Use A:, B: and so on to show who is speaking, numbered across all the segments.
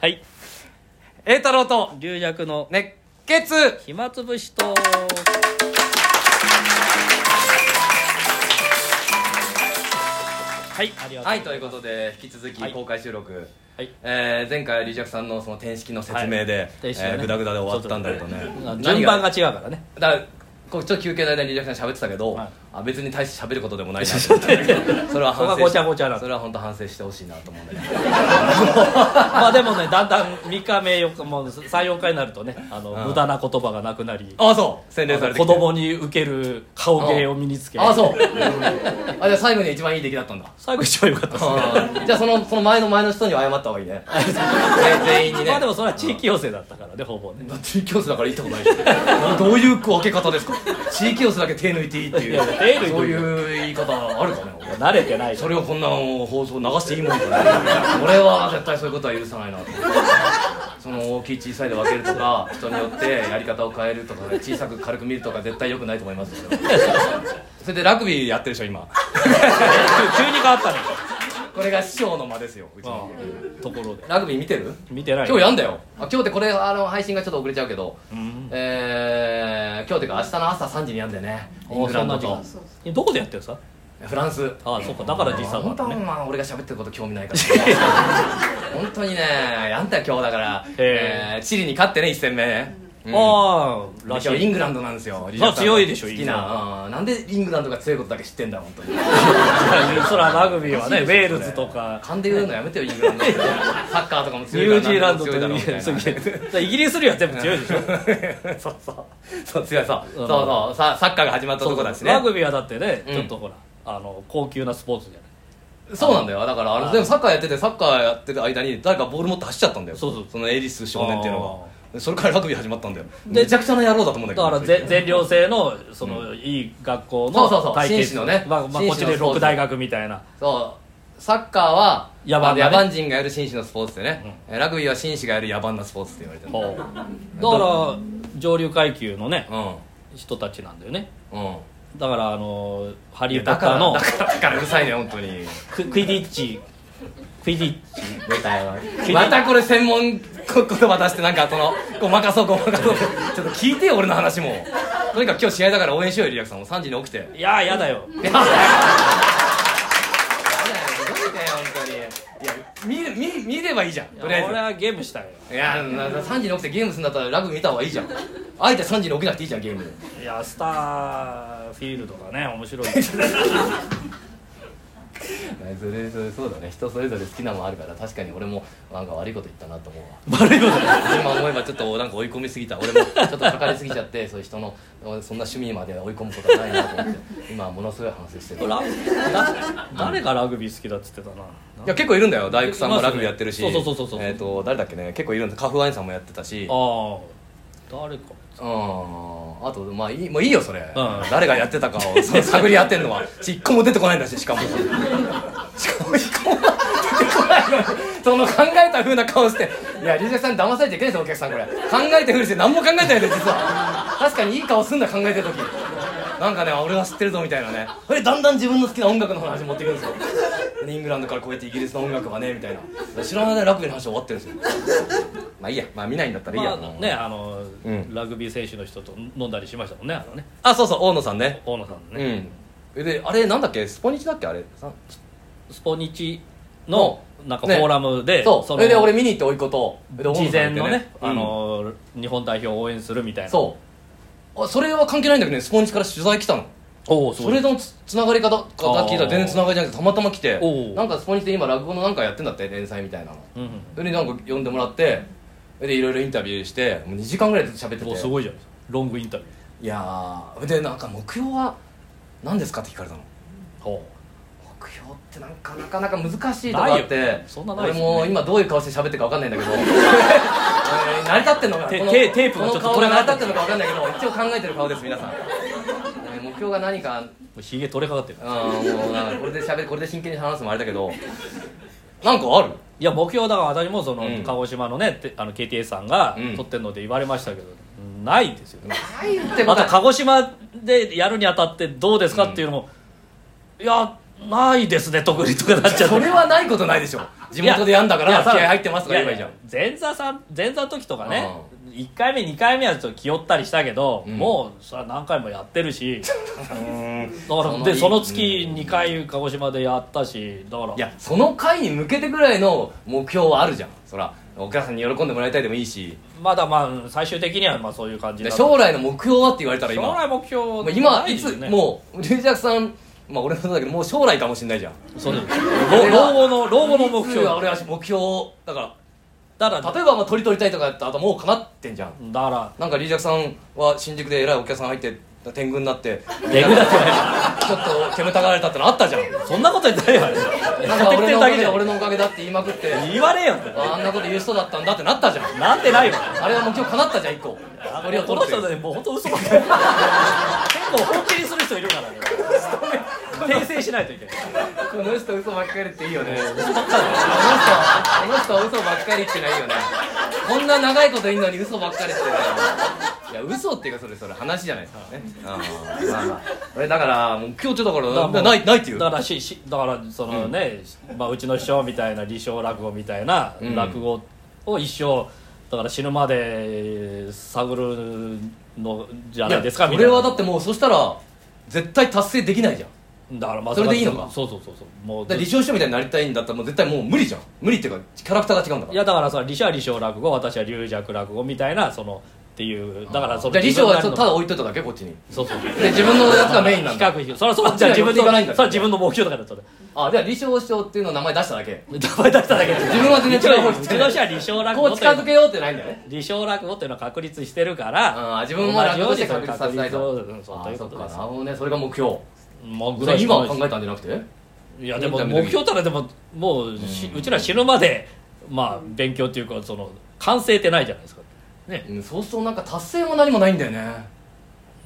A: はい
B: 栄太郎と
A: 龍弱の
B: 熱血
A: 暇つぶしとはいありがとうございます
B: はいということで引き続き
A: はい
B: 公開収録、
A: はい
B: えー前回リジャクさんのその転式の説明で、え
A: でしたね
B: ーグダグダで終わったんだけどね
A: そうそうそう順番が
B: 何
A: 違うから ね
B: だからこうちょっと休憩の間にリジャクさん喋ってたけど、
A: はい
B: あ別に大して喋ることでもないなと思ってそれは反省
A: そこがごちゃごちゃな
B: それは本当反省してほしいなと思うんだけど
A: まあでもねだんだん3日目4日もう34回になるとねあの、
B: うん
A: 無駄な言葉がなくなり
B: ああそう洗練されて
A: 子
B: きて
A: 供に受ける顔芸を身につけ
B: ああそうあじゃあ最後には一番いい出来だったんだ
A: 最後一番良かったですね
B: あーじゃあそのその前の前の人に謝った方がいい ね全全員にね
A: まあでもそれは地域要請だったからねほぼね
B: だって地域寄せだから行ったことないしなどういう分け方ですか地域寄せだけ手抜いていいってい
A: いうや手抜いていい
B: そういう言い方あるかね俺
A: 慣れてない
B: それをこんな放送流していいもんかね俺は絶対そういうことは許さないなと思ってその大きい小さいで分けるとか人によってやり方を変えるとか小さく軽く見るとか絶対良くないと思います よそれでラグビーやってるでしょ今
A: 急に変わったね
B: これが師匠の間ですようちの
A: うんところで
B: ラグビー見てる
A: 見てない
B: 今日やんだよあ今日ってこれあの配信がちょっと遅れちゃうけど、
A: ん
B: えー、今日っていうか明日の朝3時にやんだよねイングランドと
A: えどこでやってるんですか
B: フランス
A: ああそうかだから時差が
B: 本 当
A: あ
B: は、
A: るね
B: まあ、俺が喋ってること興味ないから本当にねやんだよ今日だから、
A: へ
B: えーチリに勝ってね1戦目ね、うん
A: ああ
B: 今
A: らし
B: 日イ
A: い
B: ングランドなんですよリ
A: まあ強いでしょ
B: 好
A: イ
B: き
A: ングランド
B: な、うんなんでイングランドが強いことだけ知ってんだ本当に
A: そらラグビーはねウェールズとか
B: 勘で言うのやめてよイングランド サッカーとかも
A: ニ
B: 強
A: ュ
B: い
A: ージーランドと
B: 強
A: か
B: いだろ
A: イ
B: み
A: ギ
B: たい
A: リ
B: な
A: ス イギリスよりは全部強いでしょ
B: そうそうそう強いそう、
A: うん
B: そうそうさサッカーが始まったとこだしね
A: ラグビーはだってね
B: うん
A: ちょっとほらあの高級なスポーツじゃない
B: そうなんだよだからあ
A: あ
B: の
A: ー
B: でもサッカーやっててサッカーやってる間に誰かボール持って走っちゃったんだよ
A: そうそう
B: のエリス少年っていうのがそれからラグビー始まったんだよ
A: で
B: めちゃくちゃな野郎だと思うんだけ
A: だ
B: ど
A: からぜ全寮制のそのいい学校の
B: そうそうそう
A: 体
B: 紳
A: 系
B: 士のね
A: まあまあ
B: 紳士の
A: こっちで
B: スポーツ
A: 六大学みたいな
B: そうサッカーは
A: 野蛮なね
B: あの野蛮人がやる紳士のスポーツでね、えラグビーは紳士がやる野蛮なスポーツって言われてる
A: だから上流階級のね
B: う
A: 人たちなんだよね
B: んうん
A: だからあのハ
B: い
A: リ
B: や
A: ー・ポ
B: だ
A: ッタ
B: から
A: ーの
B: だからだからうるさいね本 当に
A: ククイディッチクイディッチ
B: 出たよまたこれ専門こ言葉出してなんかそのごまかそうごまかそうちょっと聞いてよ俺の話もとにかく今日試合だから応援しようよリラクさんも3時に起きてい
A: いやーやだよ
B: やだよどうだよ本当にいや見る見見ればいいじゃんとりあえず
A: 俺はゲームしたいよ
B: いやなな3時に起きてゲームするんだったらラグビー見た方がいいじゃんあえて3時に起きなくていいじゃんゲームで
A: いやスターフィールドがね面白い
B: それそれそうだね人それぞれ好きなもんあるから確かに俺もなんか悪いこと言ったなと思うわ
A: 悪いこと
B: 今思えばちょっとなんか追い込みすぎた俺もちょっとかかりすぎちゃってそういう人のそんな趣味まで追い込むことはないなと思って今はものすごい反省してるい
A: ラだ誰がラグビー好きだっつってたな
B: や結構いるんだよ大工さんもラグビーやってるし
A: そうそうそうそうそう
B: えっ、と誰だっけね結構いるんだカフアインさんもやってたしうん
A: ああ誰か
B: あとまあいいもういいよそれ、
A: ん
B: 誰がやってたかをそ の探り合ってんのはち一個も出てこないんだししか もしかも一個も出てこないのにその考えた風な顔していや龍崎さんに騙されちゃいけないですよお客さんこれ考えてふりして何も考えてないです実は確かにいい顔すんだ考えてる時なんかね俺は知ってるぞみたいなねそれでだんだん自分の好きな音楽の話持っていくんですよでイングランドからこうやってイギリスの音楽はねみたいな知らない間にラグビーの話終わってるんですよまあいいやまあ見ないんだったらいいや、
A: まあねあの、
B: うん
A: ラグビー選手の人と飲んだりしましたもんねあのね
B: あそうそう大野さんね
A: 大野さんのね、
B: うんであれなんだっけスポニチだっけあれさ
A: スポニチのなんかフ
B: ね
A: ォーラムで、
B: そうそ
A: の
B: れで俺見に行っておいことで大野さ
A: 事
B: ん行って
A: 前のね、
B: うん
A: あの日本代表を応援するみたいな
B: そうあそれは関係ないんだけどねスポンジから取材来たの
A: おお
B: それのつつながり方が聞いたら全然つながりじゃなくてたまたま来て
A: おう
B: なんかスポンジで今落語のなんかやってんだって連載みたいなの
A: うんうん
B: それでなんか呼んでもらってそれでいろいろインタビューしてもう2時間ぐらいずっと喋っ
A: お
B: てて
A: すごいじゃないですかロングインタビュ
B: いやーでなんか目標は何ですかって聞かれたの
A: ーほ
B: 目標ってなんかなかなか難しいとこあっ
A: ない
B: て
A: よそんなないです
B: 俺
A: よね
B: も今どういう顔して喋ってるかわかんないんだ けど俺成り立ってんのかな
A: テ
B: この
A: テテープが
B: こ
A: ちょ
B: の
A: っと
B: 顔
A: 取
B: が
A: れなかった
B: 成り立ってんのかわかんないけど一応考えてる顔です皆 さん、えー目標が何か
A: うひげ取れかかってる
B: あーもうなんかこれで喋これで真剣に話すのもあれだけどなんかある
A: いや目標だから私もその、
B: うん
A: 鹿児島のねてあの KTS さんが
B: うん
A: 撮ってるので言われましたけど、ないですよね
B: ないって
A: ま
B: ま
A: た
B: た
A: 鹿児島でやるにあたってどうですかっていうのも、いやないですね特にとかなっちゃ
B: そ
A: って
B: れはないことないでしょ地元でやんだか
A: いや
B: ら
A: いや
B: 気合入ってますとか言えばいいじゃん
A: やや前座さん前座の時とかね1回目2回目はちょっと気負ったりしたけど、
B: うん
A: もうさ何回もやってる しだか
B: その
A: らでその
B: う
A: 月
B: ん
A: 2回鹿児島でやったしだから
B: いやその回に向けてぐらいの目標はあるじゃんそらお母さんに喜んでもらいたいでもいいし
A: まだまあ最終的にはまあそういう感じ
B: で
A: だ
B: 将来の目標はって言われたら
A: 将
B: 今
A: 来目標
B: もう今
A: ない
B: い
A: です
B: つ
A: よね
B: もう龍尺さんまあ俺もそうだけどもう将来かもしれないじゃん
A: そうです
B: 俺は
A: 老後の老後の目標
B: いつ俺は目標だか
A: だから
B: ら例えばまあ鳥取りたいとかやったらもう叶ってんじゃん
A: だから
B: なんか龍尺さんは新宿で偉いお客さん入って天狗になって
A: デグだって
B: ちょっと煙たがられたってのあった じゃん
A: そんなこと言ってないよ
B: なんか
A: やってきて
B: 俺の
A: る
B: お
A: だ
B: か
A: け
B: げ
A: じ
B: だ
A: ゃん
B: 俺のおかげだって言いまくって
A: 言われよって
B: あんなこと言う人だったんだってなったじゃん
A: なんてないよ
B: あれはもう今日叶ったじゃん一個
A: こ
B: 俺を取
A: の
B: るってい
A: 人
B: う
A: ねもう本当嘘ばっかり 結構本気にする人いるからね 訂正しないといけない
B: この人嘘ばっかりっていいよねこの人
A: 嘘ばっかりだ
B: はこの人は嘘ばっかりってないよねこんな長いこといんのに嘘ばっかりってないいや嘘っていうかそれそれ話じゃないですからねあーまあまああれだからもう今日ちょっとだから
A: からもう
B: ないないっていう
A: だからししだからそのね、まあ、うちの師匠みたいな理想落語みたいな
B: うん
A: 落語を一生だから死ぬまで探るのじゃないですかみ
B: そ
A: たい
B: れ
A: な
B: はだってもうそしたら絶対達成できないじゃん
A: だからまあ
B: それでいいのか
A: そうそうそうそうもう
B: だから理想師匠みたいになりたいんだったらもう絶対もう無理じゃん無理っていうかキャラクターが違うんだから
A: いやだからさ李社李小落語私は龍尺落語みたいなそのっていうだからその
B: じゃあ理
A: 自
B: 想
A: 分なり
B: はちょ
A: の
B: っとただ置いといただけこっちに
A: そうそう
B: で自分のやつがメインなん
A: 比
B: だ
A: 較比較それそれ
B: こっち
A: じ
B: は
A: ゃあ自分
B: 寄っていかないん
A: の
B: だ
A: それ自分の目標だからそれ
B: あでは理想師匠っていうのを名前出しただけ
A: 名前出しただけで
B: 自分は全然違う方に
A: うちの師は李小落
B: こ
A: 語
B: う
A: と
B: 近づ
A: いう
B: けようってないんだよね
A: 李小落語っていうのは確立してるから
B: あー自分も落語として
A: 同
B: 確
A: じように
B: 立させたいと
A: 確立をそうということで
B: あ
A: す
B: そっかなるほどねそれが目標
A: もうぐ
B: そ
A: らい
B: れ
A: し
B: 今
A: かない
B: 考えたんじゃなくて
A: いやでも
B: 見た目だけ
A: 目標たらでももうしうちら死ぬまでまあ勉強っていうかその完成ってないじゃないですかね
B: うんそうするとなんか達成も何もないんだよね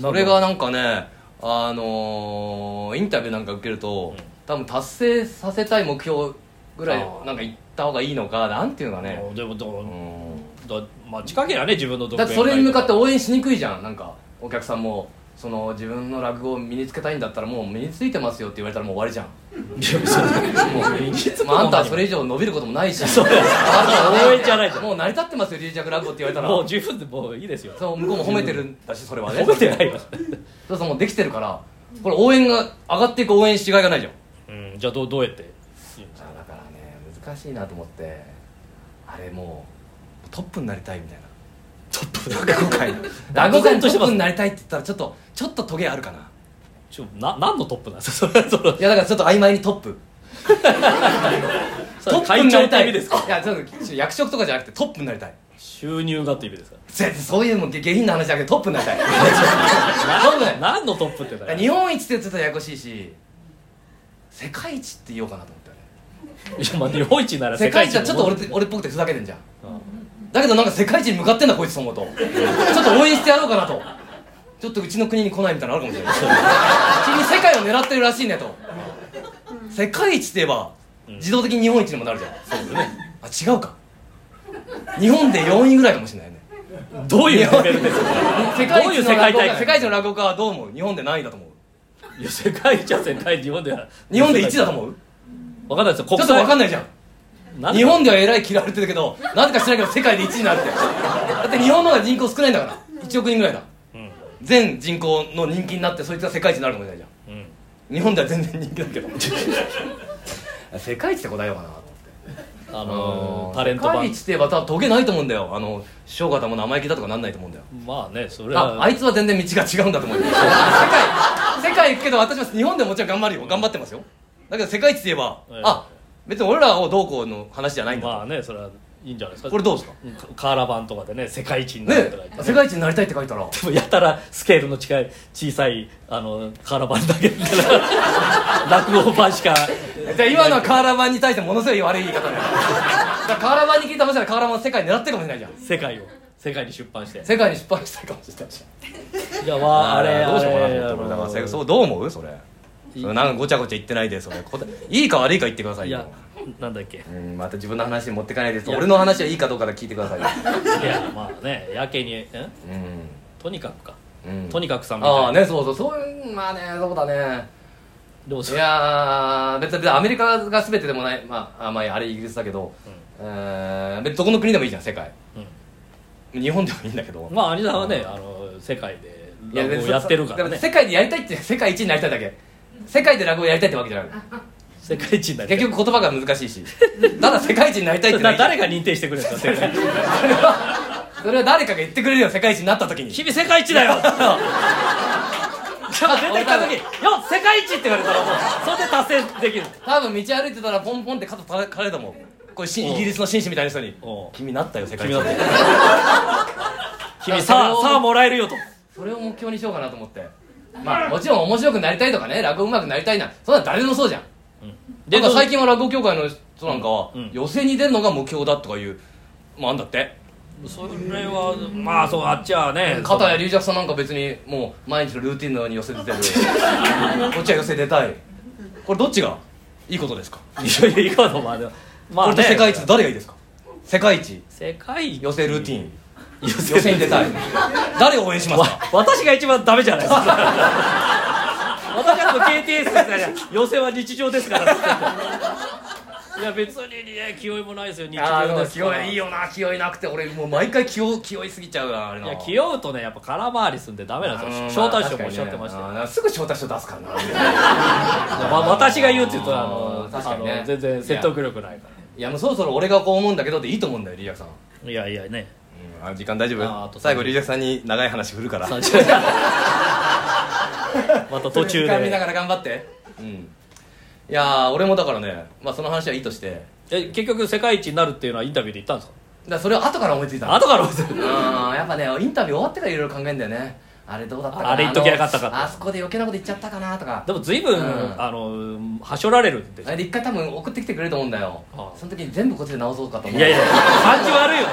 B: それがなんかねあのーインタビューなんか受けると、
A: うん
B: 多分達成させたい目標ぐら
A: あー
B: いなんか言った方がいいのかなんていうのかね、
A: でもでも
B: うん
A: だまあ近けりゃね自分の独
B: だ
A: 演
B: って
A: 会
B: それに向かって応援しにくいじゃんなんかお客さんもその自分の落語を身につけたいんだったらもう身についてますよって言われたらもう終わりじゃん
A: いつ
B: まあ、あんたはそ
A: れ
B: れ以上伸びることもないし
A: そうです
B: あなたは
A: 応援じゃないじゃん
B: もう成り立ってますよ龍尺落語って言われたら
A: もう十分でもういい ですよ
B: そう向こうも褒めてるんだしそれ はね
A: 褒めてないよ
B: そうそうもうできてるからこれ応援が上がっていく応援しがいがないじゃん
A: うんじゃあどうどうやって
B: だからね難しいなと思ってあれもうトップになりたいみたいな
A: トップ
B: 落語界の落語界のト
A: して
B: ッ
A: ま
B: プ
A: す
B: になりたいって言ったらちょっとちょっとトゲあるかな
A: ちょな何のトップなんですかそ れその
B: いやだからちょっと曖昧にトップ
A: それ
B: トップになり
A: 会長って
B: た
A: 意味
B: い
A: ですか
B: いやちょっと役職とかじゃなくてトップになりたい
A: 収入がって意味ですか
B: 全然そういうもん下品な話じゃなくてトップになりたいトップになりたい
A: 何のトップってだよ
B: 日本一ってちょっとややこしいし世界一って言おうかなと思ったよね
A: いやまあ日本一なら
B: 世
A: 世
B: 界
A: 界
B: 一
A: 一
B: はちょっと俺って俺っぽくてふざけてんじゃんだけどなんか世界一に向かってんだこいつと思うとちょっと応援してやろうかなとちょっとうちの国に来ないみたいなのあるかもしれない君世界を狙ってるらしいねと世界一って言えば自動的に日本一にもなるじゃんそうですねあ違うか日本で4位ぐらいかもしれないね
A: うんどういうレベルですか
B: 世界一
A: どういう世
B: の
A: 界大
B: 落語
A: 会
B: 家世界一の落語家はどう思う日本で何位だと思う
A: いや世界一は世界一日本では
B: 日本で1位だと思う
A: 分かんないですよ
B: ちょ
A: 国
B: っと分か
A: 際
B: んないじゃん
A: なんで
B: 日本ではえらい嫌われてるけどなぜか知らんけど世界で1位になるってだって日本の方が人口少ないんだから1億人ぐらいだ
A: うん
B: 全人口の人気になってそいつが世界一になるかもしれないじゃ
A: うん
B: ん日本では全然人気だけど 世界一って答えようかなと思って
A: あ
B: あ
A: のータレント
B: 世
A: 版
B: 界一って言えば多分トゲないと思うんだよあの師匠方も生意気だとかなんないと思うんだよ
A: まあねそれ
B: あ
A: は
B: あいつは全然道が違うんだと思うよ世界世界行くけど私は日本でもちろん頑張るよ頑張ってますよだけど世界一って言えば、
A: ええ
B: あ別に俺らをどうこうの話じゃないんだ、
A: まあねそれはいいんじゃないですか
B: これどうですか
A: うんカカーラ版とかでね世界一になる
B: ね
A: とか言って
B: 世界一になりたいって書いたら
A: でもやたらスケールの近い小さいあのカーラ版だけだから 落語版しか
B: じゃあ今のはカーラ版に対してものすごい悪い言い方だよだからカーラ版に聞いた話したらカーラ版の世界狙ってるかもしれないじゃん
A: 世界を世界に出版して
B: 世界に失敗したいかもしれないじ
A: いやわああれ
B: どうしようかな
A: あれ
B: と思って俺だから
A: あの
B: せそうどう思うそれそれなんかごちゃごちゃ言ってないでそれ答えいいか悪いか言ってください
A: いや
B: よ
A: なんだっけ
B: うんまた自分の話に持ってかないで
A: いや
B: 俺の話はいいかどうかで聞いてく ださいよ
A: いやまあねやけにんとにかくか
B: うん、うん、
A: とにかくさんみたいな
B: ああねそうそうそういうまあねそうだね
A: でも
B: い
A: そ
B: やー別に別にアメリカが全てでもないまああ,、まあ、あれイギリスだけど、えー別にどこの国でもいいじゃん世界日本でもいいんだけど、
A: まあ兄さんはねあの世界で
B: いや
A: 落語をやってるから
B: でも
A: ね
B: 世界でやりたいって世界一になりたいだけ世界で落語やりたいってわけじゃない
A: 世界一になりたい
B: 結局言葉が難しいしただ世界一になりたいっ て
A: だ
B: だけ
A: 誰が認定してくれるんですか 世界一
B: それは それは誰かが言ってくれるよ世界一になった時に
A: 君世界一 だよ出てきた時に「よ世界一!」って言われたらもうそれで達成できる
B: 多分道歩いてたらポンポンって肩叩かれたもんこれし
A: うん
B: イギリスの紳士みたいな人に
A: うん
B: 「君なったよ世界
A: 君
B: 一
A: だっ」て君
B: だか
A: さ
B: らそれを
A: あさあもらえるよと
B: それを目標にしようかなと思ってまあもちろん面白くなりたいとかね落語うまくなりたいなそんなの誰でもそうじゃんで
A: で
B: も最近は落語協会の人なんかは
A: うん
B: 寄席に出るのが目標だとかいうまああんだって
A: それはまあそうあっちはね
B: 片や龍尺さんなんか別にもう毎日のルーティンのように寄せ 出てるこっちは寄せ出たいこれどっちがいいことですか
A: いやいやいいかとまあでもま
B: これ
A: あ
B: と
A: ね
B: 世界一と誰がいいですか世界一
A: 世界一
B: 寄せルーティン
A: 寄せ
B: 予選に出たい誰を応援します
A: わ
B: か
A: 私が一番ダメじゃない ですか私はもう KTS ですから予選は日常ですからって言っていや別にね気負いもないですよ日常ですから
B: いよな気負いなくて俺もう毎回気負気負いすぎちゃうなあれ
A: い
B: な
A: や気負うとねやっぱ空回りするんでダメなんですよ招待書もおっしゃってましたよ、
B: たすぐ招待書出すからな
A: ま私が言うって言うとあの
B: あー確かにね
A: あの全然説得力ないか
B: いやもうそろそろ俺がこう思うんだけどっていいと思うんだよリリアクさん、
A: らいやいやね
B: あ時間大丈
A: ああと
B: 夫最後リリアクさんに長い話振るから
A: さあまた途中
B: 時間見な
A: で
B: がら頑張ってうんいやー俺もだからね、まあ、その話はいいとしてだか
A: え結局世界一になるっていうのはインタビューで言ったんです
B: らそれを後から思いついたの
A: か後から思って
B: うんやっぱねインタビュー終わってからいろいろ考えんだよねあれどうだったかな
A: あれ言っときゃよかったか
B: あのあそこで余計なこと言っちゃったかなとか
A: でも随分、
B: うん
A: あのはしょられるんでしょ
B: あれ一回多分送ってきてくれると思うんだよ
A: ああ
B: その時に全部こっちで直そうかと思 う
A: いやいや感じ悪いよ